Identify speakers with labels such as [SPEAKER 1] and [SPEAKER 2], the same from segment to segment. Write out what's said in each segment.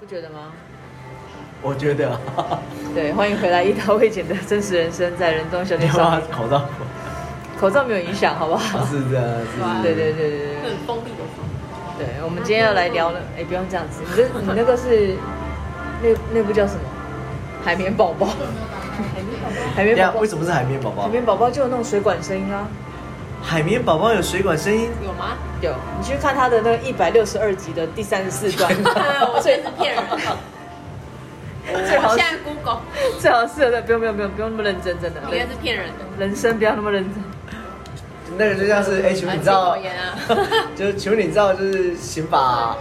[SPEAKER 1] 不觉得吗？
[SPEAKER 2] 我觉得，
[SPEAKER 1] 对，欢迎回来《一刀未剪的真实人生》在人中小
[SPEAKER 2] 你
[SPEAKER 1] 姐
[SPEAKER 2] 要
[SPEAKER 1] 上
[SPEAKER 2] 把
[SPEAKER 1] 面，
[SPEAKER 2] 口罩脱
[SPEAKER 1] 口罩没有影响，好不
[SPEAKER 2] 了，
[SPEAKER 1] 好？
[SPEAKER 2] 是 的，是
[SPEAKER 3] 哇
[SPEAKER 2] 的，
[SPEAKER 1] 对对对对对
[SPEAKER 3] 很封闭的房间，
[SPEAKER 1] 对，我们今天要来聊了，哎，不用这样子，你这你那个是那那部叫什么？海绵宝宝，
[SPEAKER 3] 还没有到
[SPEAKER 1] 海
[SPEAKER 2] 对
[SPEAKER 1] 绵
[SPEAKER 2] 呀，
[SPEAKER 1] 宝宝
[SPEAKER 2] 为，什么是海绵宝
[SPEAKER 1] 海
[SPEAKER 2] 宝？
[SPEAKER 1] 绵宝宝就有那种水管声音啊。
[SPEAKER 2] 海绵宝宝有水管声音，
[SPEAKER 3] 有 吗？
[SPEAKER 1] 有，你去看他的那一百六十二集的第三十四段，
[SPEAKER 3] 我这是骗人的。
[SPEAKER 1] 最好
[SPEAKER 3] 我现在 Google
[SPEAKER 1] 最好适合的，不用不用不用不用那么认真，真的
[SPEAKER 3] 应，该是骗人的。
[SPEAKER 1] 人生不要那么认真。
[SPEAKER 2] 那个就像是，哎，请问你知道
[SPEAKER 3] 啊禁口，言啊
[SPEAKER 2] 就是请问你知道就是刑 法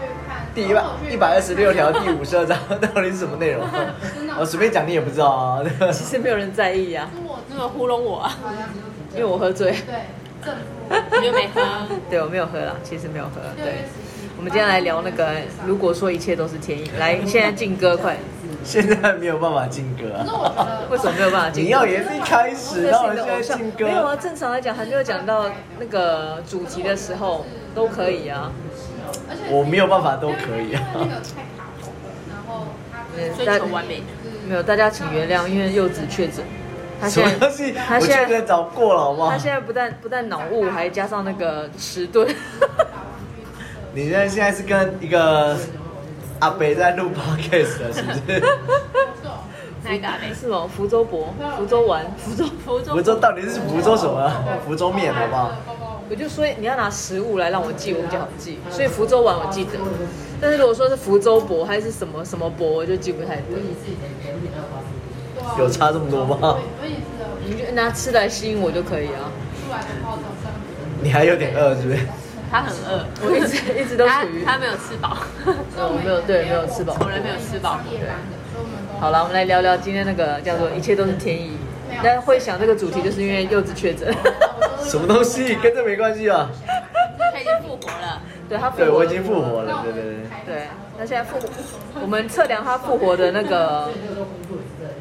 [SPEAKER 2] 第一百一百二十六条第五十二章到底是什么内 容吗？我随便讲你也不知道啊。 对吧
[SPEAKER 1] 其实没有人在意啊，
[SPEAKER 3] 那么糊弄我啊？
[SPEAKER 1] 因为我喝醉，
[SPEAKER 4] 对，政府
[SPEAKER 3] 我就没喝。
[SPEAKER 1] 对我没有喝啦，其实没有喝。
[SPEAKER 4] 六
[SPEAKER 1] 对
[SPEAKER 4] 月，十一，
[SPEAKER 1] 我们今天来聊那个，如果说一切都是天意，来，现在劲歌快，
[SPEAKER 2] 现在没有办法进歌
[SPEAKER 4] 可是我觉
[SPEAKER 2] 啊。
[SPEAKER 4] 得
[SPEAKER 1] 为什么没有办法进歌？
[SPEAKER 2] 你要也是一开始，然后
[SPEAKER 1] 这是你的
[SPEAKER 2] 现
[SPEAKER 1] 偶
[SPEAKER 2] 在
[SPEAKER 1] 像
[SPEAKER 2] 进歌
[SPEAKER 1] 没，有啊，正常来讲还没有讲到那个主题的时候都可以啊。
[SPEAKER 4] 而且
[SPEAKER 2] 我没有办法都可以啊
[SPEAKER 4] 因为那个太卡喉了，然后他
[SPEAKER 1] 嗯
[SPEAKER 3] 追求完美，
[SPEAKER 1] 没有，大家请原谅，因为柚子确诊，他
[SPEAKER 2] 什
[SPEAKER 1] 现
[SPEAKER 2] 么
[SPEAKER 1] 在
[SPEAKER 2] 东西？
[SPEAKER 1] 他
[SPEAKER 2] 我去
[SPEAKER 1] 现在
[SPEAKER 2] 年早过了，好不好
[SPEAKER 1] 他？现在不但不但脑雾，还加上那个迟钝。
[SPEAKER 2] 你现在现在是跟一个阿北在录 podcast 了，是不是？
[SPEAKER 3] 那个阿 北，
[SPEAKER 1] 是吗？福州博、福州丸、福州，
[SPEAKER 3] 福州
[SPEAKER 2] 福州到底是福州什么？福州面，好不好？
[SPEAKER 1] 我就说你要拿食物来让我记，我比较好记。所以福州丸我记得，但是如果说是福州博还是什么什么博，我就记不太得。
[SPEAKER 4] 啊
[SPEAKER 2] 有差这么多吗？
[SPEAKER 1] 你就拿吃来吸引我就可以啊。
[SPEAKER 2] 你还有点饿，是不是？
[SPEAKER 3] 他很饿，
[SPEAKER 1] 我一直一直都
[SPEAKER 3] 他
[SPEAKER 1] 处于
[SPEAKER 3] 他没有吃饱，
[SPEAKER 1] 哦我没有对没有吃饱。
[SPEAKER 3] 从来没有吃饱。
[SPEAKER 1] 好了，我们来聊聊今天那个叫做“一切都是天意”。但会想这个主题，就是因为柚子确诊，
[SPEAKER 2] 什么东西跟这没关系啊？
[SPEAKER 3] 他已经复活了，
[SPEAKER 1] 对他复活
[SPEAKER 2] 对，
[SPEAKER 1] 了
[SPEAKER 2] 我已经复活了，对对对。
[SPEAKER 1] 对，那现在复活，我们测量他复活的那个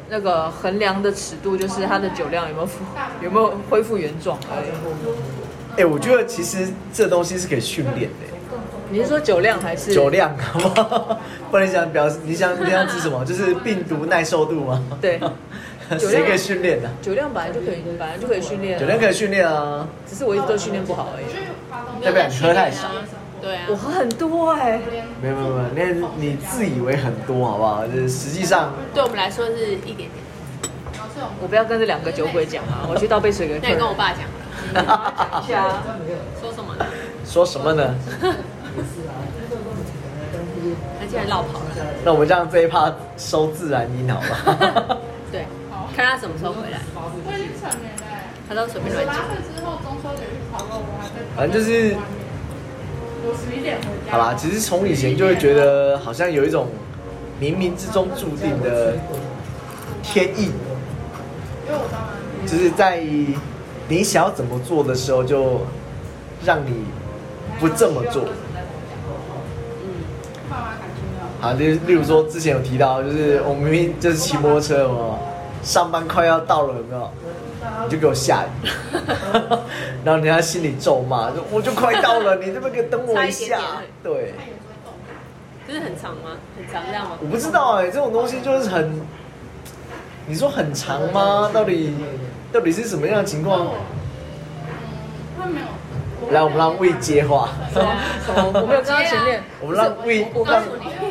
[SPEAKER 1] 那个衡量的尺度，就是他的酒量有没有复有没有恢复原状而已。
[SPEAKER 2] 哎、我觉得其实这东西是可以训练的、
[SPEAKER 1] 你是说酒量还是
[SPEAKER 2] 酒？量好不好？不然你想表示你想你想指什 么？就是病毒耐受度吗？
[SPEAKER 1] 对
[SPEAKER 2] 谁可以训练呢？
[SPEAKER 1] 酒量本来就可以，本来就可以训练啊，
[SPEAKER 2] 酒量可以训练啊，
[SPEAKER 1] 只是我一直都训练不好而已。
[SPEAKER 2] 代表你喝太少。
[SPEAKER 3] 对啊
[SPEAKER 1] 我，喝很多哎、
[SPEAKER 2] 没有没有没有，那你自以为很多好不好？就是实际上
[SPEAKER 3] 对我们来说是一点点。
[SPEAKER 1] 我不要跟这两个酒鬼讲啊，我去倒杯水给客
[SPEAKER 3] 那你
[SPEAKER 1] 人。
[SPEAKER 3] 跟我爸讲了，
[SPEAKER 1] 一下啊，
[SPEAKER 3] 说什么呢？
[SPEAKER 2] 说什么呢？
[SPEAKER 3] 他竟然绕跑了。
[SPEAKER 2] 那我们让这一趴收自然音好吧？
[SPEAKER 3] 对，看他什么时候回来，
[SPEAKER 4] 我已经成年了欸，
[SPEAKER 3] 他都随便
[SPEAKER 4] 十
[SPEAKER 3] 乱
[SPEAKER 4] 八
[SPEAKER 3] 讲。
[SPEAKER 4] 岁之后中秋节去烤肉，我还在烤肉。
[SPEAKER 2] 反正就是
[SPEAKER 4] 我十一点回家。
[SPEAKER 2] 好啦，其实从以前就会觉得好像有一种冥冥之中注定的天意，
[SPEAKER 4] 因为我当然
[SPEAKER 2] 就是在你想要怎么做的时候，就让你不这么做。
[SPEAKER 4] 嗯爸妈感情了，
[SPEAKER 2] 啊，例例如说之前有提到，就是我明明就是骑摩托车，有没有？上班快要到了，有没有？你就给我下雨，然后人家心里咒骂，说我就快到了，你这不可以等我一下
[SPEAKER 3] 差一？
[SPEAKER 2] 对，
[SPEAKER 3] 这是很长吗？很长这样吗
[SPEAKER 2] 我？不知道哎、这种东西就是很，你说很长吗？到底到底是什么样的情况？
[SPEAKER 4] 嗯他没有。
[SPEAKER 2] 来，我们让魏接话，
[SPEAKER 1] 哦我没有跟他前 面，
[SPEAKER 2] 我们让魏
[SPEAKER 1] 我告
[SPEAKER 2] 让
[SPEAKER 1] 诉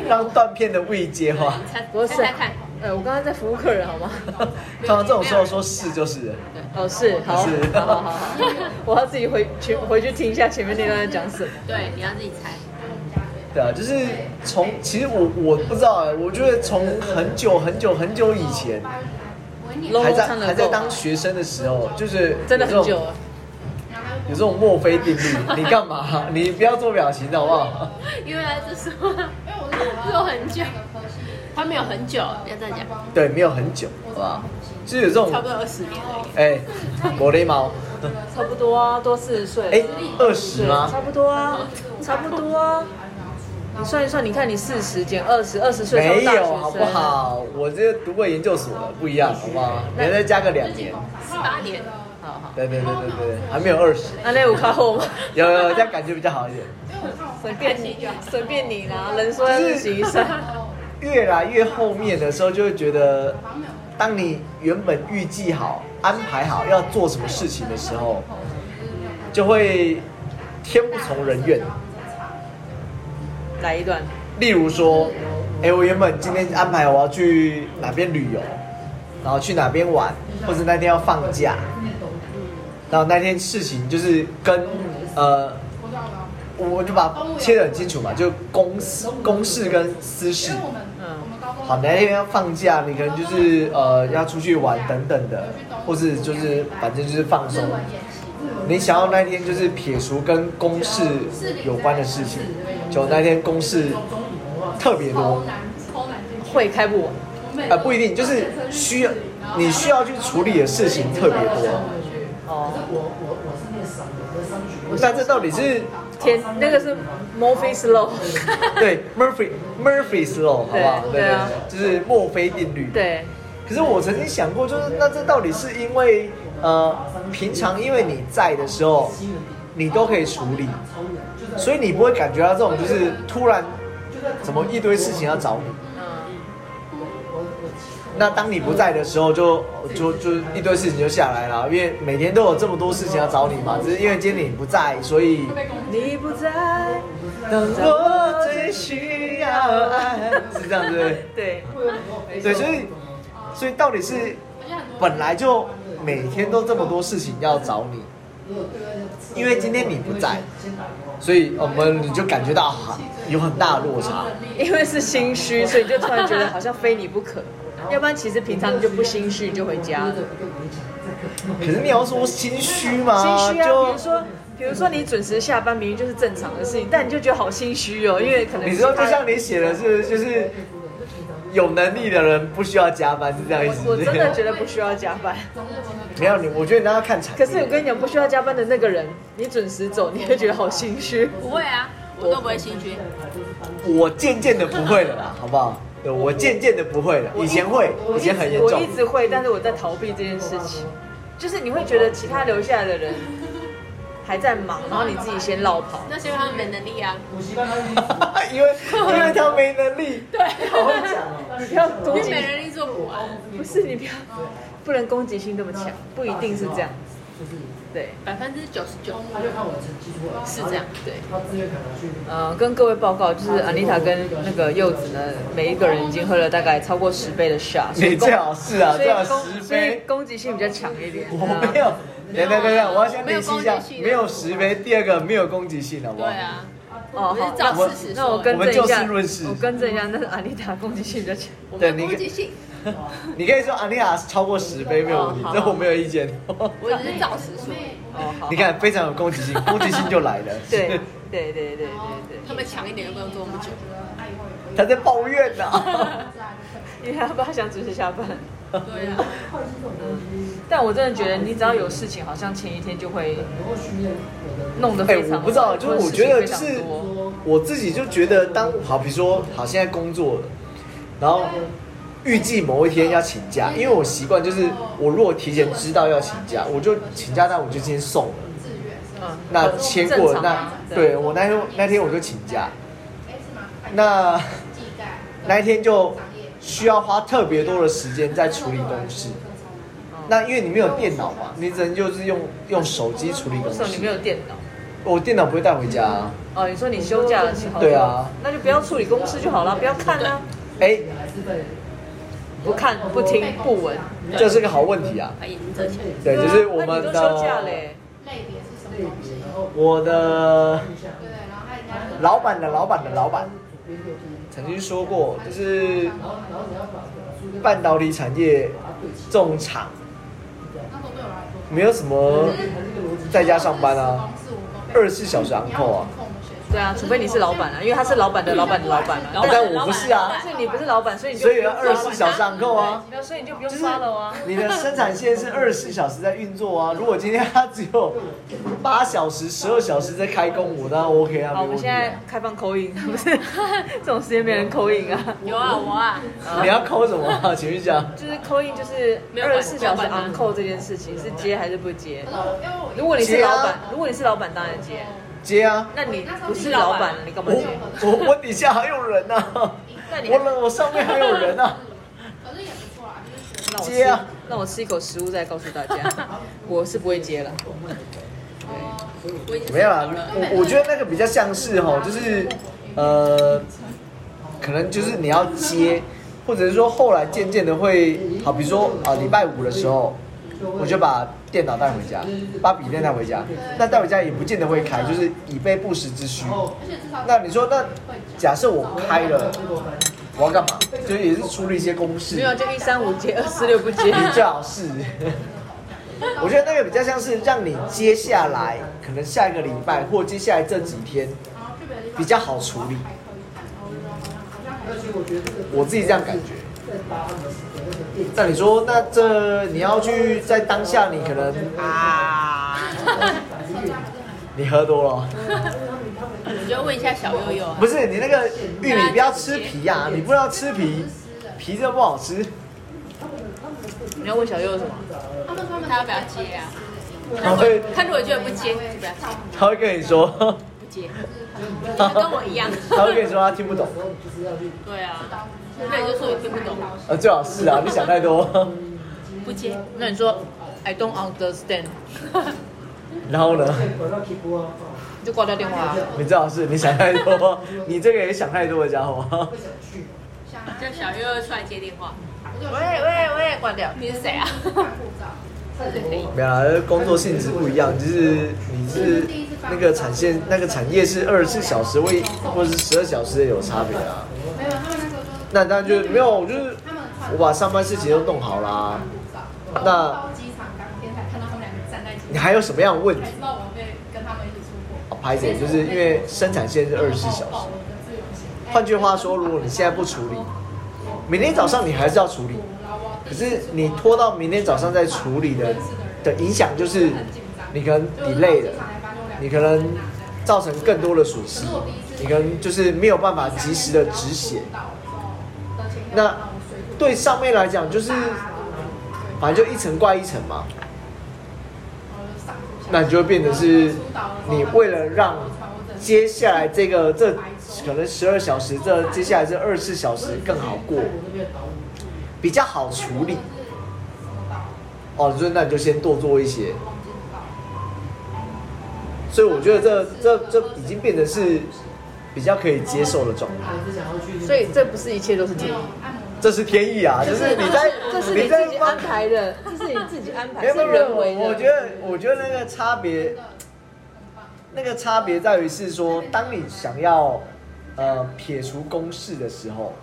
[SPEAKER 2] 让断片的魏接话。
[SPEAKER 3] 你猜，
[SPEAKER 1] 我
[SPEAKER 3] 我
[SPEAKER 1] 是
[SPEAKER 3] 猜猜看，
[SPEAKER 1] 呃，我刚刚在服务客人好 吗？
[SPEAKER 2] 通常这种时候说是就是了，
[SPEAKER 1] 哦，是，好，好
[SPEAKER 2] 是
[SPEAKER 1] 好好好，我要自己回去回去听一下前面那段在讲什么。
[SPEAKER 3] 对，你要自己猜。
[SPEAKER 2] 对啊，就是从其实我我不知道哎、我觉得从很久很久很久以前，
[SPEAKER 1] Low
[SPEAKER 2] 还在
[SPEAKER 1] 唱的
[SPEAKER 2] 还在当学生的时候，就是
[SPEAKER 1] 真的很久了，
[SPEAKER 2] 有这种有这种墨菲定律，你干嘛？你不要做表情好不好？
[SPEAKER 3] 因为他就说，说很久，他没有很久，不要这样讲，
[SPEAKER 2] 对，没有很久，好不好？就是有这种
[SPEAKER 3] 差不多二十年而已。
[SPEAKER 2] 哎，我雷毛，
[SPEAKER 1] 差不多啊，都四十岁了。
[SPEAKER 2] 哎，二十
[SPEAKER 1] 对
[SPEAKER 2] 吗
[SPEAKER 1] 差？不多啊，差不多啊。你算一算，你看你四十减二十，二十岁差不
[SPEAKER 2] 没
[SPEAKER 1] 多大学
[SPEAKER 2] 有，
[SPEAKER 1] 生
[SPEAKER 2] 好不？好？我这读过研究所的，不一样，好不好？你再加个两年，
[SPEAKER 3] 十八年，
[SPEAKER 1] 好好，
[SPEAKER 2] 对对对对对，还没有二十，
[SPEAKER 1] 那那五靠后吗？
[SPEAKER 2] 有有，这样感觉比较好一点。
[SPEAKER 1] 随便你，随便你啦，人说要
[SPEAKER 2] 就是
[SPEAKER 1] 日行一善。
[SPEAKER 2] 越来越后面的时候，就会觉得，
[SPEAKER 4] 好像没有。
[SPEAKER 2] 当你原本预计好、安排好要做什么事情的时候，就会天不从人愿。
[SPEAKER 1] 来一段，
[SPEAKER 2] 例如说，哎、我原本今天安排我要去哪边旅游，然后去哪边玩，或者那天要放假，然后那天事情就是跟呃，
[SPEAKER 4] 我知道了。
[SPEAKER 2] 我就把它切得很清楚嘛，就公事公事跟私事
[SPEAKER 4] 因为。我们
[SPEAKER 1] 嗯
[SPEAKER 4] 我们高中
[SPEAKER 2] 好，那天要放假，你可能就是呃要出去玩等等的，或是就是反正就是放
[SPEAKER 4] 日
[SPEAKER 2] 松。
[SPEAKER 4] 文演习，
[SPEAKER 2] 你想要那天就是撇除跟公事有关的事情，就那天公事特别多
[SPEAKER 4] 超。难超难进去。
[SPEAKER 1] 会开不完。
[SPEAKER 4] 我每
[SPEAKER 2] 呃，不一定，就是需要你需要去处理的事情特别多。
[SPEAKER 1] 哦，
[SPEAKER 2] 但这到底是
[SPEAKER 1] 天，那个是 Murphy's Law，
[SPEAKER 2] 对 Murphy Murphy's Law 好不好？
[SPEAKER 1] 对
[SPEAKER 2] 对
[SPEAKER 1] 对啊
[SPEAKER 2] 对，就是墨菲定律。。
[SPEAKER 1] 对，
[SPEAKER 2] 可是我曾经想过，就是那这到底是因为呃，平常因为你在的时候，你都可以处理，所以你不会感觉到这种就是突然怎么一堆事情要找你。
[SPEAKER 1] 嗯，
[SPEAKER 2] 那当你不在的时候就，就就一堆事情就下来了，因为每天都有这么多事情要找你嘛。只是因为今天你不在，所以
[SPEAKER 1] 你不在，
[SPEAKER 2] 当我最需要爱，是这样子对
[SPEAKER 1] 对，
[SPEAKER 2] 不对？对，所以所以到底是本来就每天都这么多事情要找你，因为今天你不在，所以我们你就感觉到啊有很大的落差。
[SPEAKER 1] 因为是心虚，所以就突然觉得好像非你不可，要不然其实平常就不心虚，你就回家了。
[SPEAKER 2] 可是你要说心虚吗？
[SPEAKER 1] 心虚啊，
[SPEAKER 2] 就
[SPEAKER 1] 比如说，比如说你准时下班，明明就是正常的事情，但你就觉得好心虚哦，因为可能
[SPEAKER 2] 嗯你说
[SPEAKER 1] 其他
[SPEAKER 2] 就像你写的是，就是有能力的人不需要加班，是这样意思？
[SPEAKER 1] 我我真 的觉得不需要加班，
[SPEAKER 2] 没有你，我觉得你要看产业。
[SPEAKER 1] 可是我跟你讲，不需要加班的那个人，你准时走，你会觉得好心虚。
[SPEAKER 3] 不会啊，我都不会心虚。
[SPEAKER 2] 我渐渐的不会了啦，好不好？对，我渐渐的不会了，以前会，以前很严
[SPEAKER 1] 我
[SPEAKER 2] 重
[SPEAKER 1] 一。直会，但是我在逃避这件事情，就是你会觉得其他留下来的人还在忙，然后你自己先落跑。
[SPEAKER 3] 那是因为他们没能力啊。
[SPEAKER 2] 因为因为他没能力，对，好会讲哦。
[SPEAKER 1] 你不要攻
[SPEAKER 3] 因为
[SPEAKER 1] 击
[SPEAKER 3] 没，能力做啊不完，
[SPEAKER 1] 不是你不要，不能攻击性这么强，不一定是这样。对，
[SPEAKER 3] 百分之九十九是这样。对，
[SPEAKER 1] 呃，跟各位报告，就是 Anita 跟那个柚子呢，每一个人已经喝了大概超过十杯的 shot，所以
[SPEAKER 2] 你
[SPEAKER 1] 攻
[SPEAKER 2] 最好是啊，
[SPEAKER 1] 所
[SPEAKER 2] 最好
[SPEAKER 1] 以
[SPEAKER 2] 十
[SPEAKER 1] 攻所以
[SPEAKER 2] 杯。
[SPEAKER 1] 攻击性比较强一点。 啊
[SPEAKER 2] 我没有，等等等等，我要先
[SPEAKER 3] 没有
[SPEAKER 2] 理析一下
[SPEAKER 3] 攻击，性啊
[SPEAKER 2] 没有十杯。第二个没有攻击性，好不
[SPEAKER 3] 对
[SPEAKER 2] 好？
[SPEAKER 3] 啊，
[SPEAKER 1] 哦，
[SPEAKER 3] 我们
[SPEAKER 1] 好
[SPEAKER 3] 是，
[SPEAKER 1] 那
[SPEAKER 3] 照
[SPEAKER 1] 我
[SPEAKER 3] 事实
[SPEAKER 1] 那我
[SPEAKER 3] 说
[SPEAKER 1] 跟正一
[SPEAKER 2] 我们就
[SPEAKER 1] 下，
[SPEAKER 2] 事论事
[SPEAKER 1] 我跟正一下，那是 Anita 攻击性比较强。
[SPEAKER 3] 我
[SPEAKER 2] 对
[SPEAKER 3] 们
[SPEAKER 2] 你
[SPEAKER 3] 攻击性，
[SPEAKER 2] 你可以说安利亚超过十杯没有问题
[SPEAKER 1] 哦，好
[SPEAKER 2] 这我没有意见。
[SPEAKER 3] 我只是照实说，
[SPEAKER 1] 哦，好，
[SPEAKER 2] 你看，非常有攻击性，攻击性就来了。
[SPEAKER 1] 对，对对对对对
[SPEAKER 3] 他们强一点又不用做那么久。
[SPEAKER 2] 他在抱怨呢、啊。
[SPEAKER 1] 对，因为他不想准时下班。
[SPEAKER 3] 对啊，
[SPEAKER 1] 但我真的觉得，你只要有事情，好像前一天就会弄得
[SPEAKER 2] 哎、
[SPEAKER 1] 非常。
[SPEAKER 2] 我不知道，就是我觉得就
[SPEAKER 1] 或者事情非
[SPEAKER 2] 是
[SPEAKER 1] 常多
[SPEAKER 2] 我自己就觉得当，好比说，好现在工作了，然后预计某一天要请假，因为我习惯就是，我如果提前知道要请假，我就请假，那我就今天送了，
[SPEAKER 1] 嗯，
[SPEAKER 2] 那签过了，
[SPEAKER 1] 正常啊
[SPEAKER 2] 那对我那天那天我就请假，
[SPEAKER 4] 哎，是吗？
[SPEAKER 2] 那
[SPEAKER 4] 膝盖。
[SPEAKER 2] 那一天就需要花特别多的时间在处理公事。那因为你没有电脑嘛，你只能就是用用手机处理公
[SPEAKER 1] 为什么你没
[SPEAKER 2] 事。
[SPEAKER 1] 有电脑？
[SPEAKER 2] 我电脑不会带回家、啊。
[SPEAKER 1] 哦，你说你休假的时候，
[SPEAKER 2] 对啊，
[SPEAKER 1] 那就不要处理公事就好了，不要看啊，
[SPEAKER 2] 哎、
[SPEAKER 1] 不看不听不闻，
[SPEAKER 2] 这是个好问题啊。
[SPEAKER 3] 把眼睛遮起来。
[SPEAKER 2] 对，
[SPEAKER 1] 啊
[SPEAKER 2] 就是我
[SPEAKER 1] 那
[SPEAKER 2] 们
[SPEAKER 1] 你都
[SPEAKER 2] 的
[SPEAKER 1] 休假嘞，
[SPEAKER 4] 类别是什么东西？
[SPEAKER 2] 我的
[SPEAKER 4] 对，然后还有人家
[SPEAKER 2] 老板的老板的老板曾经说过，就是半导体产业这种厂
[SPEAKER 4] 那时候对我来说，
[SPEAKER 2] 没有什么在家上班啊，二
[SPEAKER 4] 二
[SPEAKER 2] 十四小时 uncle 啊。
[SPEAKER 1] 对啊，除非你是老板啊，因为他是老板的老板的老板嘛，
[SPEAKER 3] 老板
[SPEAKER 2] 但我不是啊
[SPEAKER 1] 但是你不是老板，所以你就
[SPEAKER 2] 所以
[SPEAKER 1] 不
[SPEAKER 2] 要
[SPEAKER 1] 用
[SPEAKER 2] 二十四小时 uncle 啊。
[SPEAKER 1] 对所以你就不用 follow 啊。
[SPEAKER 2] 你的生产线是二十四小时在运作啊，如果今天它只有八小时、十二小时在开工，我当然 OK 啊，
[SPEAKER 1] 好，
[SPEAKER 2] 没
[SPEAKER 1] 我
[SPEAKER 2] 问
[SPEAKER 1] 们
[SPEAKER 2] 题
[SPEAKER 1] 现在
[SPEAKER 2] 啊。
[SPEAKER 1] 开放口音，不是这种时间没人口音啊，
[SPEAKER 3] 有啊，我啊，
[SPEAKER 2] 你要抠什么啊？请问一下，
[SPEAKER 1] 就是口音就是
[SPEAKER 3] 没有
[SPEAKER 1] 二
[SPEAKER 3] 管
[SPEAKER 1] 十四小时
[SPEAKER 3] 没有管
[SPEAKER 1] on call 这件事情是接还是不接？
[SPEAKER 4] 因为
[SPEAKER 1] 如果你是
[SPEAKER 2] 接啊
[SPEAKER 1] 老板，如果你是老板当然接，
[SPEAKER 2] 接啊！
[SPEAKER 1] 那你不是老板，你干嘛啊
[SPEAKER 2] 我
[SPEAKER 1] 接？
[SPEAKER 2] 我我底下还有人呢、啊，
[SPEAKER 1] 那你
[SPEAKER 2] 我冷，我上面还有人啊！
[SPEAKER 4] 可是也不错啦，
[SPEAKER 1] 让
[SPEAKER 4] 就是学
[SPEAKER 1] 我
[SPEAKER 2] 接
[SPEAKER 1] 吃
[SPEAKER 2] 啊，
[SPEAKER 1] 让我吃一口食物再告诉大 家，我是不会接了。
[SPEAKER 4] 哦，
[SPEAKER 3] 我已经
[SPEAKER 2] 没有啊
[SPEAKER 3] 受够了，
[SPEAKER 2] 我我觉得那个比较像是哈，就是呃，可能就是你要接，或者是说后来渐渐的会好，比如说啊礼拜五的时候，我就把电脑带回家，把笔电带回家，那带回家也不见得会开，就是以备不时之需。
[SPEAKER 4] 而且至少
[SPEAKER 2] 那你说，那
[SPEAKER 4] 会
[SPEAKER 2] 假
[SPEAKER 4] 讲，
[SPEAKER 2] 设我开了，我要干嘛？就是也是出了一些公式
[SPEAKER 1] 没，有，就一三五接，二四六不 接。
[SPEAKER 2] 你最好是。 我觉得那个比较像是让你接下来可能下一个礼拜或接下来这几天
[SPEAKER 4] 然后去别的地方
[SPEAKER 2] 比较好处理，
[SPEAKER 4] 还可以看，然后就说好像好像还
[SPEAKER 5] 而且我觉得这个
[SPEAKER 2] 我自己这样感觉。
[SPEAKER 5] 在搭他们的那个电
[SPEAKER 2] 那你说，那这你要去在当下，你可能啊，你喝多了，
[SPEAKER 3] 我就问一下小悠悠啊
[SPEAKER 2] 不，是你那个玉米不要吃皮 啊，你不知道吃皮，皮这不好吃。
[SPEAKER 1] 你要问小右什么？
[SPEAKER 4] 他们他们
[SPEAKER 3] 他要不要接啊？
[SPEAKER 2] 他会
[SPEAKER 3] 看着我觉得不接，就不 要接，
[SPEAKER 2] 他会跟你说，
[SPEAKER 3] 不接，他跟我一样。
[SPEAKER 2] 他会跟你说他听不懂。
[SPEAKER 5] 然后你就是要去
[SPEAKER 3] 对啊，那你就说我听不懂，
[SPEAKER 2] 呃，最好是啊，你想太多。
[SPEAKER 3] 不接，
[SPEAKER 1] 那你说 I don't understand，
[SPEAKER 2] 然后呢，
[SPEAKER 5] 回到 keep 啊，
[SPEAKER 1] 你就挂掉电话、啊。
[SPEAKER 2] 你最好是你想太多，你这个也想太多的家伙。
[SPEAKER 5] 会想去。
[SPEAKER 4] 想
[SPEAKER 3] 叫小悠悠出来接电话。
[SPEAKER 1] 喂喂喂，挂掉。
[SPEAKER 3] 你是谁啊？
[SPEAKER 4] 护照，
[SPEAKER 2] 没有啦，工作性质不一样，就是你是那个产线那个产业是二十四小时为或者是十二小时的有差别啊。
[SPEAKER 4] 没有，他们那时候就是
[SPEAKER 2] 那当然就是没有，我就是
[SPEAKER 4] 他们
[SPEAKER 2] 我把上班事情都弄好啦。那
[SPEAKER 4] 到机场港边才看到他们两个站在一起，
[SPEAKER 2] 你还有什么样的问题
[SPEAKER 4] 才？知道我被跟他们一起出
[SPEAKER 2] 啊
[SPEAKER 4] 国。
[SPEAKER 2] 拍谁？就是因为生产线是二十四小时。换句话说，如果你现在不处理，明天早上你还是要处理，可是你拖到明天早上再处理的的影响就是，你可能 delay 了，你可能造成更多的损失，你可能就是没有办法及时的止血。那对上面来讲，就是反正就一层怪一层嘛。那你就会变成是，你为了让接下来这个这可能十二小时，这接下来这二十四小时更好过，比较好处理。哦，就是那你就先多做一些。所以我觉得这这这已经变成是比较可以接受的状态。
[SPEAKER 5] 还是想要去，
[SPEAKER 1] 所以这不是一切都是天意，
[SPEAKER 2] 这是天意啊，就是你在
[SPEAKER 1] 这是你
[SPEAKER 2] 在
[SPEAKER 1] 自己
[SPEAKER 2] 帮
[SPEAKER 1] 安排的，这是你自己安排，
[SPEAKER 2] 没有
[SPEAKER 1] 是
[SPEAKER 2] 没有没有
[SPEAKER 1] 人为的。
[SPEAKER 2] 我觉得我觉得那个差别，那个差别在于是说，当你想要呃撇除公式的时候，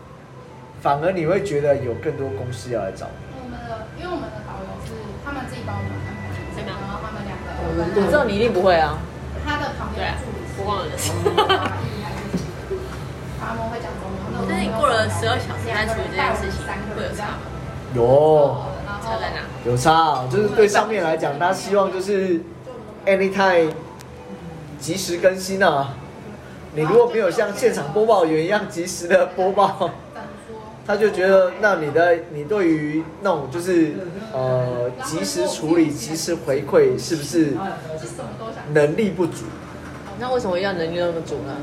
[SPEAKER 2] 反而你会觉得有更多公式要来找你。
[SPEAKER 4] 我们的，因为我们的导游是他们自己帮我们安排行程，然后他们两个，
[SPEAKER 1] 我知道你一定不会啊，
[SPEAKER 4] 他的旁
[SPEAKER 3] 对
[SPEAKER 4] 边
[SPEAKER 3] 啊
[SPEAKER 4] 的助理，是
[SPEAKER 3] 我忘了。
[SPEAKER 4] 他们会讲中文。
[SPEAKER 3] 但是你过了十二小时再处理这件事情，会有差吗？
[SPEAKER 2] 有
[SPEAKER 1] 哦
[SPEAKER 3] 差在哪？
[SPEAKER 2] 有差、啊，就是对上面来讲，他希望就是 anytime 及时更新啊。你如果没有像现场播报员一样及时的播报。
[SPEAKER 4] 哦
[SPEAKER 2] 他就觉得，那你的你对于那种就是呃及时处理、及时回馈，是不是
[SPEAKER 4] 是什么都想。
[SPEAKER 2] 能力不足？
[SPEAKER 1] 那为什么要能力那么足呢？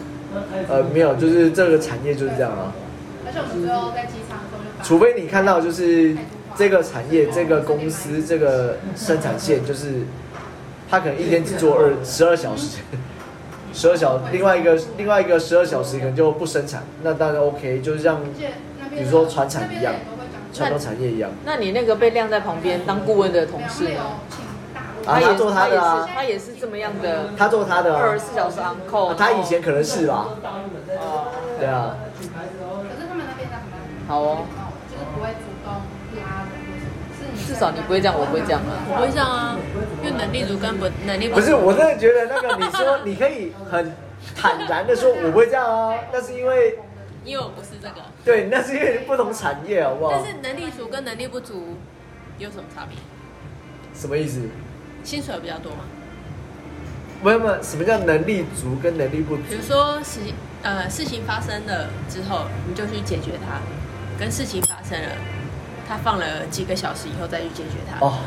[SPEAKER 2] 呃，没有，就是这个产业就是这样啊。
[SPEAKER 4] 而且我们最后在机场的时候就把
[SPEAKER 2] 除非你看到就是这个产业、这个公司、这个生产线，就是他可能一天只做二十二小时，十二小另外一个另外一个十二小时可能就不生产，那当然 OK，就是像
[SPEAKER 4] 而且那边
[SPEAKER 2] 比如说船产一样
[SPEAKER 4] 那边的人都会讲
[SPEAKER 2] 传统产业一样
[SPEAKER 1] 那你那个被晾在旁边当顾问的同事
[SPEAKER 4] 没有
[SPEAKER 1] 呢？
[SPEAKER 4] 请大陆
[SPEAKER 2] 啊
[SPEAKER 1] 也
[SPEAKER 2] 他做他的
[SPEAKER 1] 也
[SPEAKER 2] 啊
[SPEAKER 1] 是他也是这么样的，
[SPEAKER 2] 他做他的啊、
[SPEAKER 1] 二十四小时 on call
[SPEAKER 2] 啊。他以前可能是吧，对啊。
[SPEAKER 4] 可是他们那边的很难，
[SPEAKER 1] 好哦，
[SPEAKER 4] 就是不会主动拉人，是你
[SPEAKER 1] 至少你不会这样，我不会这样啊。
[SPEAKER 3] 我不会这样啊，因为能力足跟不能力
[SPEAKER 2] 不是，我真的觉得那个你说你可以很坦然的说我不会这样啊，那是因为
[SPEAKER 3] 因为我不是这个。
[SPEAKER 2] 对，那是因为不同产业好不好
[SPEAKER 3] 但？是能力足跟能力不足有什么差别？
[SPEAKER 2] 什么意思？
[SPEAKER 3] 薪水比较多嘛？
[SPEAKER 2] 没有没有，什么叫能力足跟能力不足？
[SPEAKER 3] 比如说事情呃事情发生了之后，你就去解决它，跟事情发生了，它放了几个小时以后再去解决它，
[SPEAKER 2] 哦，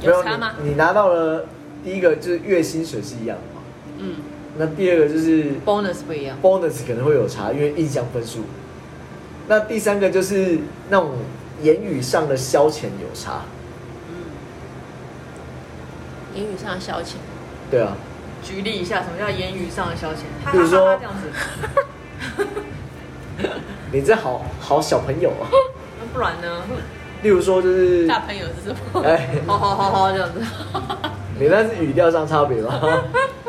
[SPEAKER 2] 没
[SPEAKER 3] 有
[SPEAKER 2] 有
[SPEAKER 3] 差吗？
[SPEAKER 2] 你你拿到了第一个就是月薪水是一样的嘛，
[SPEAKER 3] 嗯，
[SPEAKER 2] 那第二个就是
[SPEAKER 1] bonus 不一样，
[SPEAKER 2] bonus 可能会有差，因为印象分数。那第三个就是那种言语上的消遣有差，
[SPEAKER 3] 言语上的消遣，
[SPEAKER 2] 对啊，
[SPEAKER 1] 举例一下，什么叫言语上的消遣？哈哈哈哈
[SPEAKER 2] 比如说
[SPEAKER 1] 这样子，
[SPEAKER 2] 你这好好小朋友啊。
[SPEAKER 1] 那不然呢？
[SPEAKER 2] 例如说就是，
[SPEAKER 3] 大朋友是什么？
[SPEAKER 2] 哎，
[SPEAKER 1] 好好好好这样子，
[SPEAKER 2] 你那是语调上差别吗？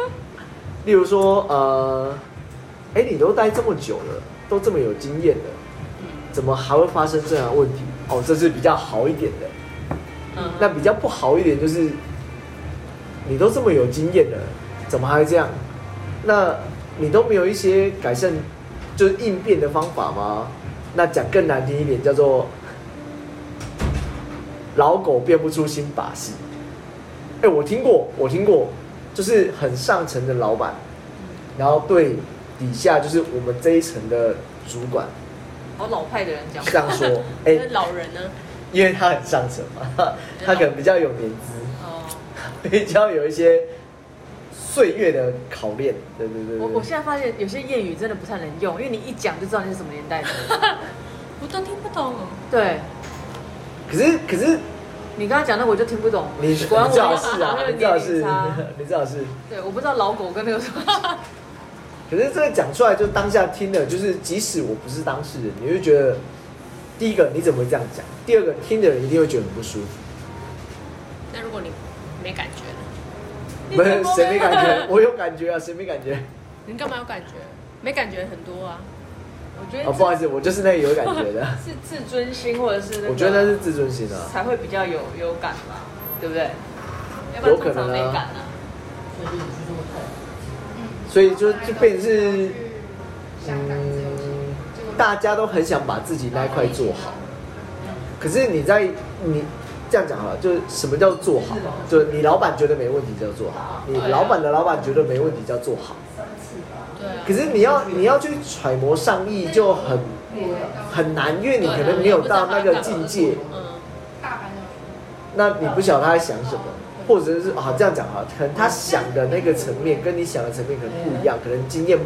[SPEAKER 2] 例如说，呃，哎，你都待这么久了，都这么有经验了，怎么还会发生这样的问题？哦，这是比较好一点的。
[SPEAKER 3] 嗯，
[SPEAKER 2] 那比较不好一点就是，你都这么有经验了，怎么还会这样？那你都没有一些改善，就是应变的方法吗？那讲更难听一点，叫做老狗变不出新把戏。哎、我听过，我听过，就是很上层的老板，然后对底下就是我们这一层的主管
[SPEAKER 1] 好老派的人讲话
[SPEAKER 2] 这。样说， 哎、
[SPEAKER 3] 那老人呢？
[SPEAKER 2] 因为他很上层
[SPEAKER 1] 啊
[SPEAKER 2] 嘛，他可能比较有年资。
[SPEAKER 3] 哦，
[SPEAKER 2] 比较有一些岁月的考验，对对对
[SPEAKER 1] 我
[SPEAKER 2] 对
[SPEAKER 1] 我现在发现有些谚语真的不太能用，因为你一讲就知道你是什么年代的。
[SPEAKER 3] 我都听不懂。
[SPEAKER 1] 对
[SPEAKER 2] 可是可是
[SPEAKER 1] 你刚才讲的我就听不懂。
[SPEAKER 2] 你
[SPEAKER 1] 果然
[SPEAKER 2] 你
[SPEAKER 1] 我
[SPEAKER 2] 最好是啊
[SPEAKER 1] 我，有
[SPEAKER 2] 你最好
[SPEAKER 1] 年龄啊
[SPEAKER 2] 是
[SPEAKER 1] 差。，
[SPEAKER 2] 你最好是。
[SPEAKER 1] 对，我不知道老狗跟那个什么。
[SPEAKER 2] 可是这个讲出来，就当下听了，就是即使我不是当事人，你就觉得，第一个你怎么会这样讲？第二个听的人一定会觉得很不舒服。
[SPEAKER 3] 那如果你没感觉呢？
[SPEAKER 2] 不是谁没感觉？我有感 觉啊，谁没感觉？
[SPEAKER 3] 你干嘛有感觉？没感觉很多啊。
[SPEAKER 1] 我觉
[SPEAKER 2] 哦，
[SPEAKER 1] 得
[SPEAKER 2] 不好意思，我就是那个有感觉的。
[SPEAKER 1] 是自尊心或者是那个
[SPEAKER 2] 我觉得那是自尊心啊。
[SPEAKER 1] 才会比较有有感吧，对不对？要不
[SPEAKER 2] 有
[SPEAKER 1] 然
[SPEAKER 2] 可
[SPEAKER 1] 通
[SPEAKER 2] 能啊
[SPEAKER 1] 常没感啊。
[SPEAKER 5] 所以你去这么看，
[SPEAKER 4] 嗯
[SPEAKER 2] 所以就就变成是，
[SPEAKER 4] 香港自由行
[SPEAKER 2] 嗯，
[SPEAKER 4] 结果，
[SPEAKER 2] 大家都很想把自己那一块做好。可是你在你这样讲好了，就是什么叫做好？就是你老板觉得没问题叫做好，你老板的老板觉得没问题叫做好。
[SPEAKER 3] 对啊
[SPEAKER 2] 可是你要你要去揣摩上意就很很难，因为你可能没有到那个境界，
[SPEAKER 3] 嗯，
[SPEAKER 4] 大阪有
[SPEAKER 2] 那你不晓得他在想什么，或者是啊这样讲哈，可能他想的那个层面跟你想的层面可能不一样，可能经验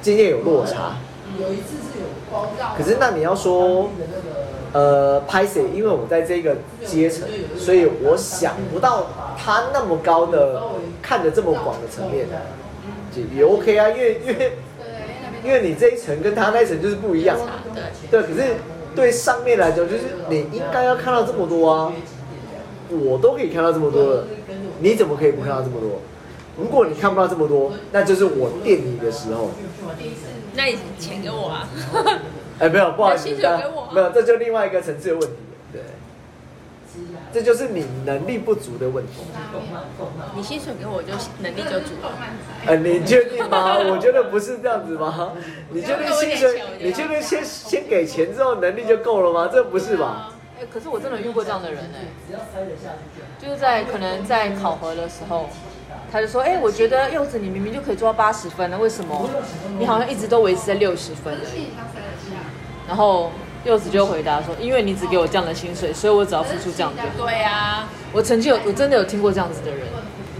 [SPEAKER 2] 经验有落差。
[SPEAKER 5] 有一次是有
[SPEAKER 4] 口罩，
[SPEAKER 5] 嗯
[SPEAKER 2] 可是那你要说
[SPEAKER 5] 当地的那个
[SPEAKER 2] 呃，拍谁？因为我在这个阶层，所以我想不到他那么高的，看得这么广的层面，也 OK 啊，因为因为
[SPEAKER 4] 对，
[SPEAKER 2] 因为你这一层跟他那一层就是不一样，对。可是对上面来讲，就是你应该要看到这么多啊，我都可以看到这么多了，你怎么可以不看到这么多？如果你看不到这么多，那就是我电你的时候。
[SPEAKER 4] 那边第一次你
[SPEAKER 3] 那你钱给我啊。
[SPEAKER 2] 哎，没有，不好意思
[SPEAKER 3] 你的薪，水
[SPEAKER 2] 这样
[SPEAKER 3] 给我啊
[SPEAKER 2] 没有，这就另外一个层次的问题了，对，这就是你能力不足的问题。
[SPEAKER 3] 你薪水给我就能力就足
[SPEAKER 4] 动
[SPEAKER 3] 了。
[SPEAKER 4] 漫仔，
[SPEAKER 2] 呃，你确 定吗？我觉得不是这样子吗？你确定薪水？你确定先先给钱之后能力就够了吗？这不是吧？
[SPEAKER 1] 哎、可是我真的有遇过这样的人哎、
[SPEAKER 5] 只要塞得下去就好。
[SPEAKER 1] 就是在可能在考核的时候，他就说：“哎、我觉得柚子你明明就可以做到八十分了，啊为什么你好像一直都维持在六十分而
[SPEAKER 4] 是
[SPEAKER 1] 已
[SPEAKER 4] 你他塞得下，？”
[SPEAKER 1] 然后柚子就回答说：“因为你只给我这样的薪水，所以我只要付出这样的。
[SPEAKER 3] 对啊，”
[SPEAKER 1] 我曾经有，我真的有听过这样子的人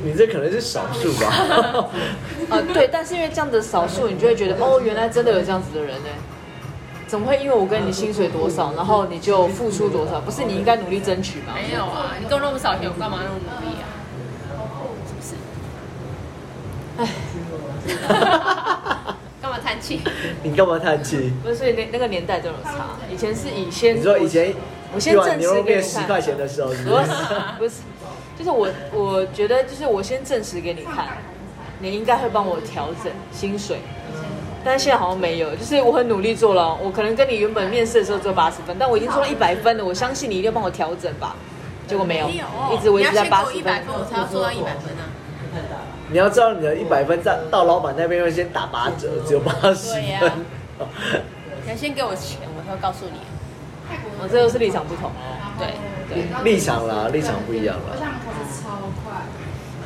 [SPEAKER 2] 你这可能是少数 吧。
[SPEAKER 1] 啊、对，但是因为这样的少数，你就会觉得哦，原来真的有这样子的人呢、怎么会因为我跟你薪水多少，然后你就付出多少？不是你应该努力争取吗？
[SPEAKER 3] 没有啊，你给我那么少钱，我干嘛那么努力啊？是不是？哎，干嘛叹气？
[SPEAKER 2] 你干嘛叹气？
[SPEAKER 1] 不是，所以那那个年代真的有差。以前是以先
[SPEAKER 2] 你说以前
[SPEAKER 1] 我先
[SPEAKER 2] 一碗
[SPEAKER 1] 正
[SPEAKER 2] 牛
[SPEAKER 1] 式
[SPEAKER 2] 肉
[SPEAKER 1] 给
[SPEAKER 2] 面
[SPEAKER 1] 你
[SPEAKER 2] 十
[SPEAKER 1] 看
[SPEAKER 2] 块钱的时候，是 不
[SPEAKER 1] 不
[SPEAKER 2] 是
[SPEAKER 1] 是不是，就是我我觉得就是我先证实给你看，你应该会帮我调整薪水，但是现在好像没有，就是我很努力做了，我可能跟你原本面试的时候做八十分，但我已经做到一百分了，我相信你一定要帮我调整吧，结果没有，一直维持在八十
[SPEAKER 3] 一百
[SPEAKER 1] 分
[SPEAKER 3] 分，，我才要做到一百分啊。
[SPEAKER 5] 太大了。
[SPEAKER 2] 你要知道你的一百分在到老板那边会先打八折，只有八十
[SPEAKER 3] 对呀
[SPEAKER 2] 分。 哦
[SPEAKER 3] 你要先给我钱，我才会告诉你。啊
[SPEAKER 4] 泰国
[SPEAKER 1] 我这就是立场不同哦，
[SPEAKER 3] 对
[SPEAKER 4] 对
[SPEAKER 2] 立场啦立场不一样啦
[SPEAKER 4] 而且他们考试超快，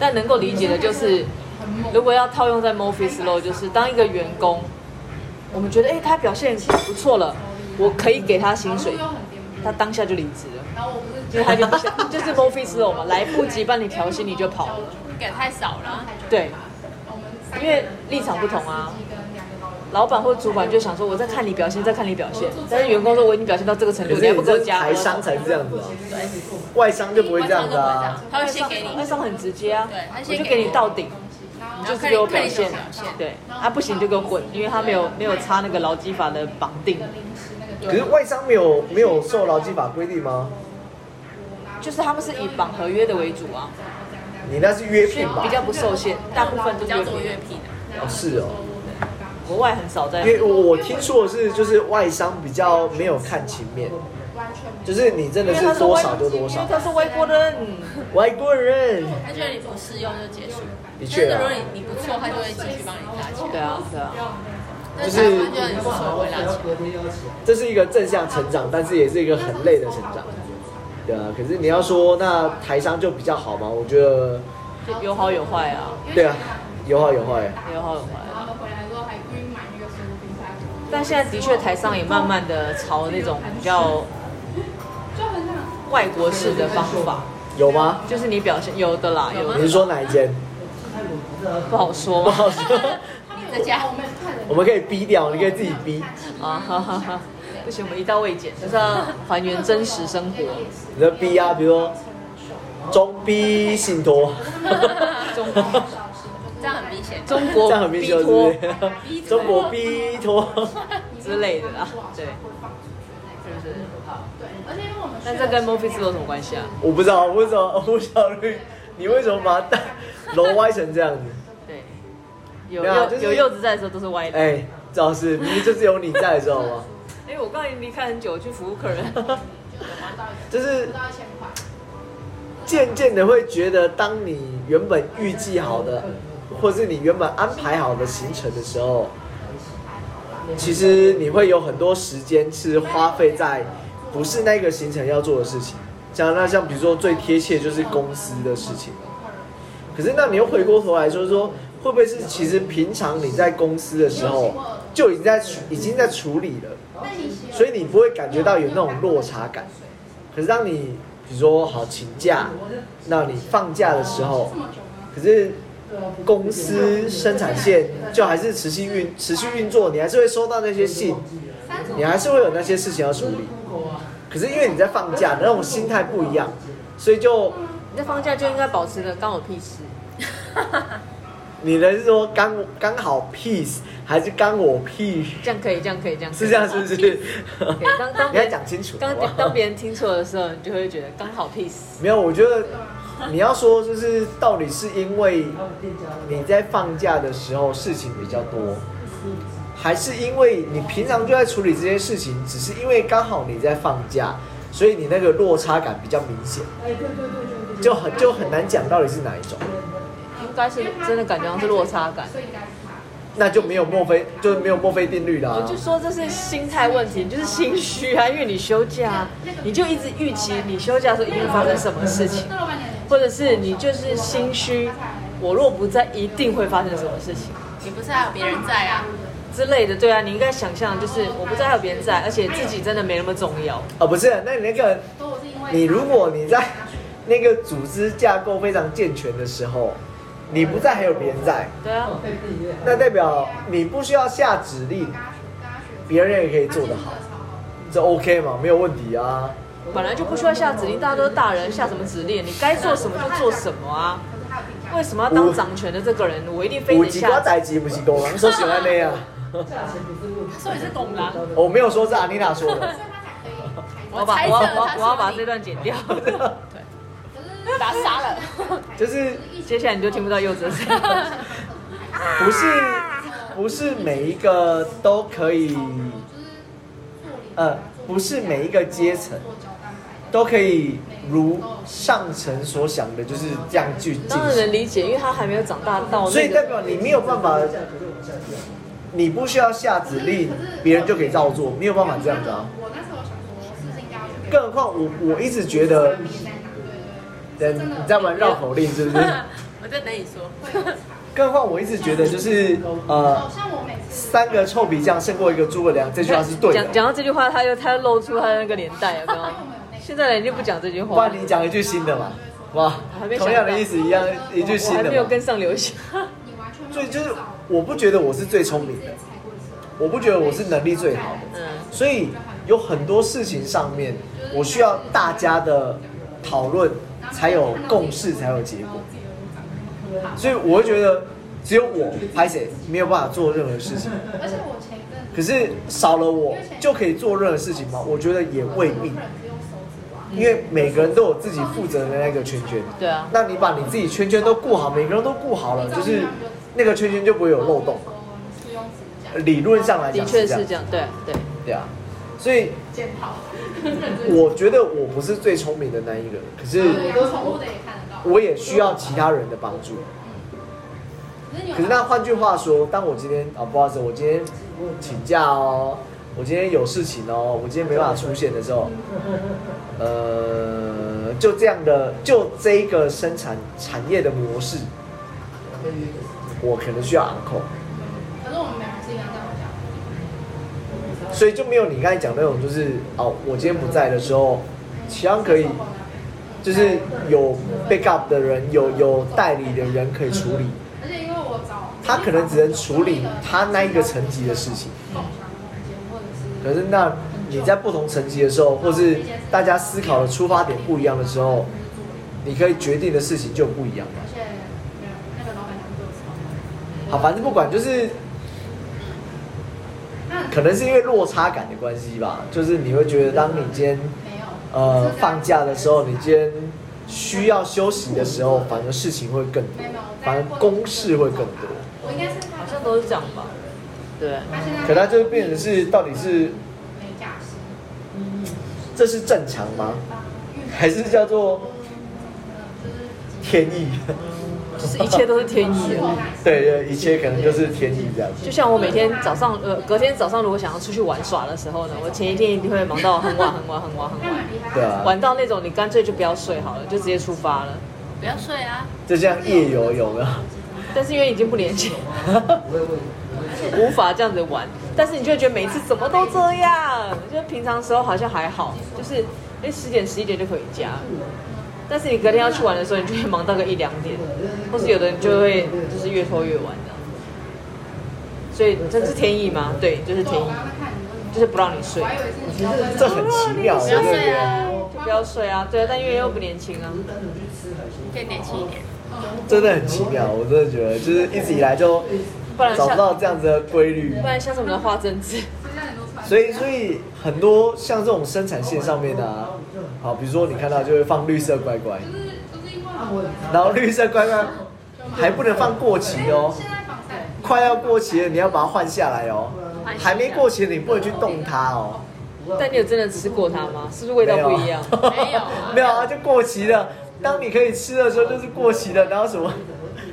[SPEAKER 1] 但能够理解的就是。
[SPEAKER 4] 很猛，
[SPEAKER 1] 如果要套用在 Murphy's Law，就是当一个员工，我们觉得哎、诶他表现不错了，我可以给他薪水
[SPEAKER 4] 然，后又很颠簸
[SPEAKER 1] 他当下就离职了，
[SPEAKER 4] 然后我不
[SPEAKER 1] 因
[SPEAKER 4] 是
[SPEAKER 1] 为他就不 想， 就是 Murphy's Law 嘛，来不及帮你调薪你就跑了。
[SPEAKER 3] 你给太少了，
[SPEAKER 1] 对，
[SPEAKER 4] 我们三个人
[SPEAKER 1] 因为立场不同啊
[SPEAKER 4] 司机跟两个老人
[SPEAKER 1] 老板或主管就想说我在看你表现，在看你表现，但是员工说我已经表现到这个程度，
[SPEAKER 2] 可
[SPEAKER 1] 你还
[SPEAKER 2] 是
[SPEAKER 1] 不
[SPEAKER 2] 你
[SPEAKER 1] 给我
[SPEAKER 2] 这
[SPEAKER 1] 加，
[SPEAKER 2] 台商才是这样子啊，外商就不会这样子啊。
[SPEAKER 3] 他会先给你，
[SPEAKER 1] 外商很直接啊，
[SPEAKER 3] 对他
[SPEAKER 1] 我
[SPEAKER 3] 先
[SPEAKER 1] 就
[SPEAKER 3] 给
[SPEAKER 1] 给
[SPEAKER 3] 你
[SPEAKER 1] 你到顶，你就是给我表现
[SPEAKER 3] 看你怎么表现，
[SPEAKER 1] 对，啊不行就给我滚，因为他没有没有插那个劳基法的绑定，
[SPEAKER 2] 可是外商没有没有受劳基法规定吗？
[SPEAKER 1] 就是他们是以绑合约的为主啊，
[SPEAKER 2] 你那是约
[SPEAKER 1] 所以
[SPEAKER 2] 聘吧
[SPEAKER 1] 比？较不受限，大部分都
[SPEAKER 3] 比
[SPEAKER 1] 是
[SPEAKER 3] 较做
[SPEAKER 1] 约
[SPEAKER 3] 乐啊
[SPEAKER 1] 聘，
[SPEAKER 3] 聘的，
[SPEAKER 2] 哦是哦，
[SPEAKER 1] 国外很少在
[SPEAKER 2] 因，为我我听说的是就是外商比较没有看情面，
[SPEAKER 4] 完全不
[SPEAKER 2] 就是你真的是多少就多少
[SPEAKER 1] 因为。他是外国人，
[SPEAKER 2] 外国人，
[SPEAKER 3] 他觉得你不适用就结束。
[SPEAKER 2] 的
[SPEAKER 3] 但是
[SPEAKER 2] 确
[SPEAKER 3] 如
[SPEAKER 2] 啊
[SPEAKER 3] 果，你你不错，他就会继续帮你拉起来。
[SPEAKER 1] 对啊对啊，
[SPEAKER 2] 就
[SPEAKER 3] 但
[SPEAKER 2] 是
[SPEAKER 3] 是台湾就很不错，会拉起来。
[SPEAKER 5] 隔天要起来。
[SPEAKER 2] 这是一个正向成长，但是也是一个很累的成长。对啊，可是你要说那台商就比较好嘛？我觉得
[SPEAKER 1] 就有好有坏啊，
[SPEAKER 2] 对啊，有好有坏。
[SPEAKER 1] 有好有坏
[SPEAKER 4] 然
[SPEAKER 1] 啊。
[SPEAKER 4] 后我们回来之后还故意买那个水果冰沙给我
[SPEAKER 1] 但现在的确台上也慢慢的朝那种比较
[SPEAKER 4] 就很想
[SPEAKER 1] 外国式的方法，
[SPEAKER 2] 有吗？
[SPEAKER 1] 就是你表现有的啦，有
[SPEAKER 2] 你
[SPEAKER 1] 的
[SPEAKER 2] 是说哪一间？
[SPEAKER 5] 泰国不是很
[SPEAKER 1] 不好说
[SPEAKER 2] 不好说，
[SPEAKER 3] 在家
[SPEAKER 4] 我们看人
[SPEAKER 2] 我们可以逼掉，你可以自己逼。
[SPEAKER 1] 啊，哈哈哈，不行，我们一刀未剪，就是要还原真实生活，
[SPEAKER 2] 你的逼啊，比如说中逼信托，
[SPEAKER 1] 中
[SPEAKER 3] 这样很明显。
[SPEAKER 1] 中
[SPEAKER 2] 这
[SPEAKER 1] 国
[SPEAKER 2] 样很明
[SPEAKER 1] 逼
[SPEAKER 2] 显，是
[SPEAKER 1] 托
[SPEAKER 2] 不是？中国逼托，
[SPEAKER 1] 之类的啦，对，是不是？
[SPEAKER 4] 对，而且因为我们
[SPEAKER 1] 那这跟 Murphy 有什么关系啊？
[SPEAKER 2] 我不知道，我为什么吴小绿，你为什么把它带楼歪成这样子？
[SPEAKER 1] 对，有
[SPEAKER 2] 没有啊
[SPEAKER 1] 柚
[SPEAKER 2] 就是
[SPEAKER 1] 有柚子在的时候都是歪的。
[SPEAKER 2] 哎，赵老师，明明就是有你在，知道吗？
[SPEAKER 1] 哎，我刚才离开很久，去服务客人，
[SPEAKER 2] 就是
[SPEAKER 4] 不到一千块，
[SPEAKER 2] 渐渐的会觉得，当你原本预计好的，或是你原本安排好的行程的时候，其实你会有很多时间是花费在不是那个行程要做的事情。像那像比如说最贴切就是公司的事情，可是那你又回过头来说说，会不会是其实平常你在公司的时候就已经在处已经在处理了？
[SPEAKER 4] 那你喜欢
[SPEAKER 2] 所以你不会感觉到有那种落差感。可是当你比如说好请假，那你放假的时候
[SPEAKER 3] 哦
[SPEAKER 4] 这，么久吗？
[SPEAKER 2] 可是公司生产线就还是持续运持续运作，你还是会收到那些信，
[SPEAKER 4] 三十
[SPEAKER 2] 你还是会有那些事情要处理。可是因为你在放假，那种心态不一样，所以就
[SPEAKER 1] 你在放假就应该保持的刚我屁事。
[SPEAKER 2] 你的是说刚刚好 peace 还是刚我 peace
[SPEAKER 1] 这样可以，这样可以，这样可以
[SPEAKER 2] 是这样是不是？
[SPEAKER 1] 对，当当
[SPEAKER 2] 你要讲清楚好
[SPEAKER 1] 当
[SPEAKER 2] 不好
[SPEAKER 1] 当别人听错的时候，你就会觉得刚好 peace。
[SPEAKER 2] 没有，我觉得你要说就是到底是因为你在放假的时候事情比较多，还是因为你平常就在处理这些事情，只是因为刚好你在放假，所以你那个落差感比较明显，
[SPEAKER 5] 哎，对对对对对，
[SPEAKER 2] 就很就很难讲到底是哪一种，
[SPEAKER 1] 应该是真的感觉上是落差感。
[SPEAKER 4] 所以应该是他。
[SPEAKER 2] 那就没有墨菲就是没有墨菲定律啊啦、
[SPEAKER 1] 我就说这是心态问题，你就是心虚啊，因为你休假，你就一直预期你休假的时候一定会发生什么事情，
[SPEAKER 4] 那老板娘，
[SPEAKER 1] 或者是你就是心虚，我若不在，一定会发生什么事情
[SPEAKER 3] 你不是还有别人在啊？
[SPEAKER 1] 之类的。对啊，你应该想象就是我不在还有别人在，而且自己真的没那么重要。
[SPEAKER 2] 哦，不是，那你那个
[SPEAKER 4] 都我是因为
[SPEAKER 2] 你如果你在那个组织架构非常健全的时候，你不在还有别人在。
[SPEAKER 1] 对啊，
[SPEAKER 2] 那代表你不需要下指令，别人也可以做得好，这 OK 吗？没有问题啊。
[SPEAKER 1] 本来就不需要下指令，大家都是大人，下什么指令？你该做什么就做什么啊。为什么要当掌权的这个人，我一定非
[SPEAKER 2] 五
[SPEAKER 1] 得
[SPEAKER 2] 级
[SPEAKER 1] 下
[SPEAKER 2] 瓜
[SPEAKER 1] 指令？
[SPEAKER 2] 仔级不是公狼，说喜欢那样。哦
[SPEAKER 5] 价钱不是问题，
[SPEAKER 3] 所以是拱狼。
[SPEAKER 2] 我
[SPEAKER 5] 어,
[SPEAKER 2] 没有说是阿妮塔说的，
[SPEAKER 1] 我
[SPEAKER 3] 我
[SPEAKER 1] 要把
[SPEAKER 3] 猜
[SPEAKER 1] 我
[SPEAKER 3] 测
[SPEAKER 1] 要
[SPEAKER 3] 他
[SPEAKER 1] 我要
[SPEAKER 3] 是
[SPEAKER 1] 我要把
[SPEAKER 3] 你
[SPEAKER 1] 这段剪掉。
[SPEAKER 3] 把他杀了。
[SPEAKER 2] 就是
[SPEAKER 1] 接下来你就听不到柚子的声音了。
[SPEAKER 2] 不是不是每一个都可以，呃，不是每一个阶层都可以如上层所想的，就是这样去进
[SPEAKER 1] 当然能
[SPEAKER 2] 行。
[SPEAKER 1] 理解，因为他还没有长大到那个。
[SPEAKER 2] 所以代表你没有办法，
[SPEAKER 5] 价格就往下掉。
[SPEAKER 2] 你不需要下指令，别人就可以照做，没有办法这样子啊。
[SPEAKER 4] 我那时候想说，是不是应该要去给
[SPEAKER 2] 更何况我我一直觉得，人你在玩绕口令是不是？
[SPEAKER 3] 我在等你说。
[SPEAKER 2] 更何况我一直觉得就是呃
[SPEAKER 4] 哦，，像我每次
[SPEAKER 2] 三个臭皮匠胜过一个诸葛亮，这句话是对
[SPEAKER 1] 讲讲
[SPEAKER 2] 的。
[SPEAKER 1] 到这句话，他又他又露出他的那个脸蛋，有没有？ 现在人就不讲这句
[SPEAKER 2] 不
[SPEAKER 1] 话
[SPEAKER 2] 然，你讲一句新的嘛，哇
[SPEAKER 1] 还没，想到
[SPEAKER 2] 同样的意思一样，一句
[SPEAKER 1] 我
[SPEAKER 2] 新
[SPEAKER 1] 还
[SPEAKER 2] 的
[SPEAKER 1] 没有
[SPEAKER 2] 嘛。
[SPEAKER 1] 跟上流行。
[SPEAKER 4] 你完全没有
[SPEAKER 2] 所以就是我不觉得我是最聪明的，我不觉得我是能力最好的，
[SPEAKER 3] 嗯
[SPEAKER 2] 所以有很多事情上面，我需要大家的讨论才有共识，才有结果。所以我会觉得，只有我拍谁没有办法做任何事情，
[SPEAKER 4] 而且我前一阵子
[SPEAKER 2] 可是少了我就可以做任何事情吗？我觉得也未必，因为每个人都有自己负责的那个圈圈。
[SPEAKER 1] 对啊，
[SPEAKER 2] 那你把你自己圈圈都顾好，每个人都顾好了，就是那个圈圈就不会有漏洞嘛。
[SPEAKER 4] 是用指甲
[SPEAKER 2] 理论上来
[SPEAKER 1] 的
[SPEAKER 2] 讲
[SPEAKER 1] 确
[SPEAKER 2] 是这
[SPEAKER 1] 是
[SPEAKER 2] 样
[SPEAKER 1] 这，样，对对，
[SPEAKER 2] 对啊。所以
[SPEAKER 4] 检讨。
[SPEAKER 2] 我觉得我不是最宠敏的那一个，可是
[SPEAKER 1] 啊
[SPEAKER 4] 养宠物的也看得到。
[SPEAKER 2] 我也需要其他人的帮助。可是那换句话说，当我今天啊，不好意思，我今天请假哦，我今天有事情哦，我今天没办法出现的时候，呃，就这样的，就这一个生产产业的模式，我可能需要 uncle，
[SPEAKER 4] 可是我们每人是一样在我家。
[SPEAKER 2] 所以就没有你刚才讲那种，就是哦，我今天不在的时候，其他人可以
[SPEAKER 4] 嗯
[SPEAKER 2] 就是有 backup 的人，有有代理的人可以处理，
[SPEAKER 4] 而且因为我找
[SPEAKER 2] 他可能只能处理他那一个层级的事情。
[SPEAKER 4] 共享空间或者是
[SPEAKER 2] 可是那你在不同层级的时候，或是大家思考的出发点不一样的时候，你可以决定的事情就不一样
[SPEAKER 4] 而
[SPEAKER 2] 了。
[SPEAKER 4] 且没有那个老板娘对我超
[SPEAKER 2] 好，反正不管就是，
[SPEAKER 4] 好，
[SPEAKER 2] 可能是因为落差感的关系吧，就是你会觉得当你今天
[SPEAKER 4] 没有
[SPEAKER 2] 呃放假的时候，你今天需要休息的时候，反而事情会更多，反而公事会更多。
[SPEAKER 4] 我应该是他
[SPEAKER 1] 好像都是这样吧，对，
[SPEAKER 4] 他现在
[SPEAKER 2] 可它就变成是到底是
[SPEAKER 4] 美甲师，
[SPEAKER 2] 这是正常吗？还是叫做天意？
[SPEAKER 1] 就是一切都是天意的。
[SPEAKER 2] 对对，一切可能就是天意这样子。
[SPEAKER 1] 就像我每天早上，呃，隔天早上如果想要出去玩耍的时候呢，我前一天一定会忙到很晚很晚很晚很
[SPEAKER 4] 他
[SPEAKER 1] 晚，
[SPEAKER 4] 蛮厉害。
[SPEAKER 2] 对啊，
[SPEAKER 1] 玩到那种你干脆就不要睡好了，就直接出发了。
[SPEAKER 3] 不要睡啊，
[SPEAKER 2] 就像夜游有没有？
[SPEAKER 1] 但是因为已经不年轻，无法这样子玩。但是你就会觉得每次怎么都这样，就是平常时候好像还好，就是哎十点十一点就回家，但是你隔天要去玩的时候，你就会忙到个一两点，
[SPEAKER 2] 嗯
[SPEAKER 1] 或是有的人就会就是越拖越晚这样。所以这是天意吗？对，就是天意，就是不让你睡
[SPEAKER 4] 我，还以为是你要
[SPEAKER 2] 这很奇妙，我
[SPEAKER 3] 不要
[SPEAKER 2] 对不
[SPEAKER 3] 睡
[SPEAKER 2] 对？
[SPEAKER 3] 啊，
[SPEAKER 1] 就不要睡啊。对啊，但因为又不年轻啊，
[SPEAKER 3] 可以年轻一点。
[SPEAKER 2] 真的很奇妙，我真的觉得就是一直以来就
[SPEAKER 1] 不然
[SPEAKER 2] 找不
[SPEAKER 1] 像
[SPEAKER 2] 到这样子的规律
[SPEAKER 1] 不，然像什么花针子，
[SPEAKER 2] 所以所以很多像这种生产线上面的啊，好，比如说你看到就会放绿色乖乖，
[SPEAKER 4] 就是就是因为
[SPEAKER 2] 然后绿色乖乖还不能放过期哦，
[SPEAKER 4] 现在防晒
[SPEAKER 2] 快要过期了你要把它换下来哦，还没过期你不能去动它哦。
[SPEAKER 1] 但你有真的吃过它吗？是不是味道不一样？
[SPEAKER 3] 没有
[SPEAKER 2] 没有啊，就过期了。当你可以吃的时候，就是过期的，然后什么，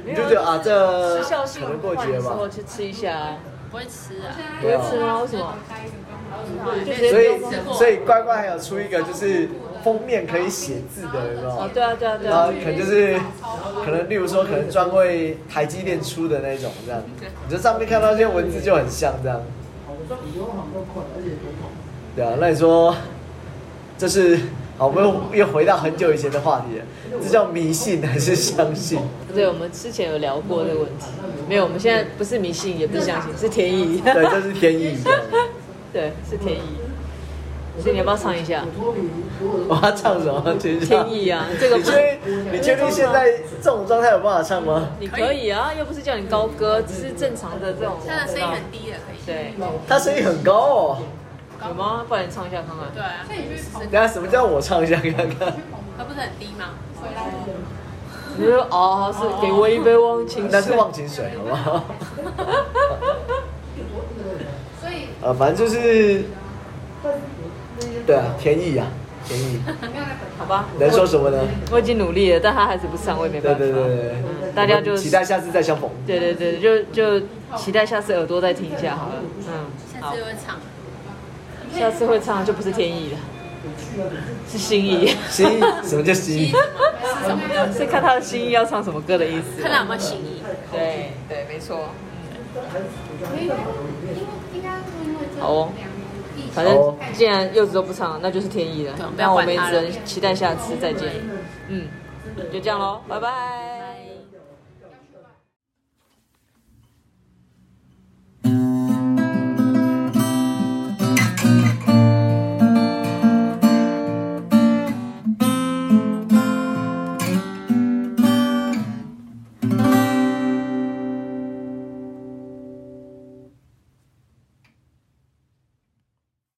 [SPEAKER 2] 你就觉得啊，这
[SPEAKER 1] 时效性
[SPEAKER 2] 可能过
[SPEAKER 1] 换
[SPEAKER 2] 期
[SPEAKER 1] 的
[SPEAKER 2] 了
[SPEAKER 1] 时
[SPEAKER 2] 吧
[SPEAKER 1] 候。去吃一下啊，
[SPEAKER 3] 不会吃啊，
[SPEAKER 2] 不会
[SPEAKER 1] 吃吗为什么？就直接
[SPEAKER 2] 所以
[SPEAKER 1] 丢，
[SPEAKER 2] 所以乖乖还有出一个就是封面可以写字的，有没
[SPEAKER 1] 哦
[SPEAKER 2] 有？，
[SPEAKER 1] 对啊，对啊，对
[SPEAKER 2] 然
[SPEAKER 1] 啊
[SPEAKER 2] 后，可能就是，可能例如说，可能专为台积电出的那种这样，你就上面看到一些文字就很像这样，对啊。那你说，这是好，我们又又回到很久以前的话题了，这叫迷信还是相 信？
[SPEAKER 1] 对，我们之前有聊过这个问题，没有，我们现在不是迷信，也不是相信，是天意，
[SPEAKER 2] 对，这是天意。这样
[SPEAKER 1] 对，是天意。所以你要不要唱一下？
[SPEAKER 5] 어,
[SPEAKER 2] 我要唱什么？天
[SPEAKER 1] 天意啊这个
[SPEAKER 2] 你
[SPEAKER 1] 不
[SPEAKER 2] 确你确定现在这种状态有办法唱吗？
[SPEAKER 1] 你可以啊，又不是叫你高歌，只是正常的这种。
[SPEAKER 3] 他的声音很低的，可以。
[SPEAKER 1] 对，
[SPEAKER 2] 他声音很高哦。
[SPEAKER 1] 有吗？不然你唱一下看看。
[SPEAKER 3] 对啊，
[SPEAKER 4] 所以你去跑
[SPEAKER 2] 等一下什么叫我唱一下看看？
[SPEAKER 3] 他不是很低吗？
[SPEAKER 4] 回来了。
[SPEAKER 1] 你就说哦，是给我一杯忘情水。
[SPEAKER 2] 那是忘情水，好不好？
[SPEAKER 4] 所以
[SPEAKER 2] 呃，反正就是，对啊，天意啊，天意，
[SPEAKER 4] 没有在本
[SPEAKER 1] 好吧。
[SPEAKER 2] 能说什么呢？
[SPEAKER 1] 我？我已经努力了，但他还是不上，我也没
[SPEAKER 2] 对
[SPEAKER 1] 办法。
[SPEAKER 2] 对对对对，
[SPEAKER 1] 嗯大家就
[SPEAKER 2] 我们期待下次再相逢。
[SPEAKER 1] 对对对，就就期待下次耳朵再听一下好了。嗯，
[SPEAKER 3] 下
[SPEAKER 1] 好
[SPEAKER 3] 次，又会唱。
[SPEAKER 1] 下次会唱就不是天意了，是心意，
[SPEAKER 2] 心意，什么叫心意？
[SPEAKER 1] 是看他的心意要唱什么歌的意思
[SPEAKER 3] 看。他有没有新意。
[SPEAKER 1] 对对，没错。
[SPEAKER 4] 因为应该是因为这
[SPEAKER 1] 好哦
[SPEAKER 4] 两年疫情，
[SPEAKER 1] 反
[SPEAKER 2] 哦
[SPEAKER 1] 正既然柚子都不唱了，那就是天意了
[SPEAKER 3] 对。
[SPEAKER 1] 那我们
[SPEAKER 3] 不
[SPEAKER 1] 也
[SPEAKER 3] 要管
[SPEAKER 1] 只
[SPEAKER 3] 他了
[SPEAKER 1] 能期待下次再见。嗯，就这样喽，拜拜。